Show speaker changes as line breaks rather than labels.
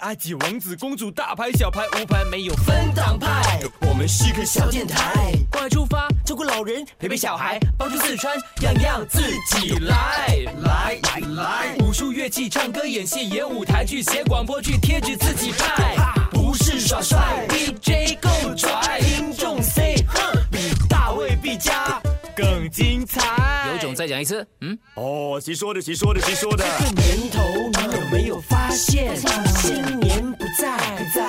牌，几王子公主，大牌小牌无牌，没有分
分党派，我们是个小电台，关爱出发，照顾老人，陪陪小孩，帮助四川，样样自己来，来来来，
武术、乐器、唱歌、演戏、演舞台剧、写广播剧、贴纸自己拍。
不是耍帅，DJ 够拽，听众 say 哼，比大卫毕加更精彩。
有种再讲一次，嗯，
哦，谁说的？谁说的？谁说的？
这年头，你有没有发现，新年不在，不在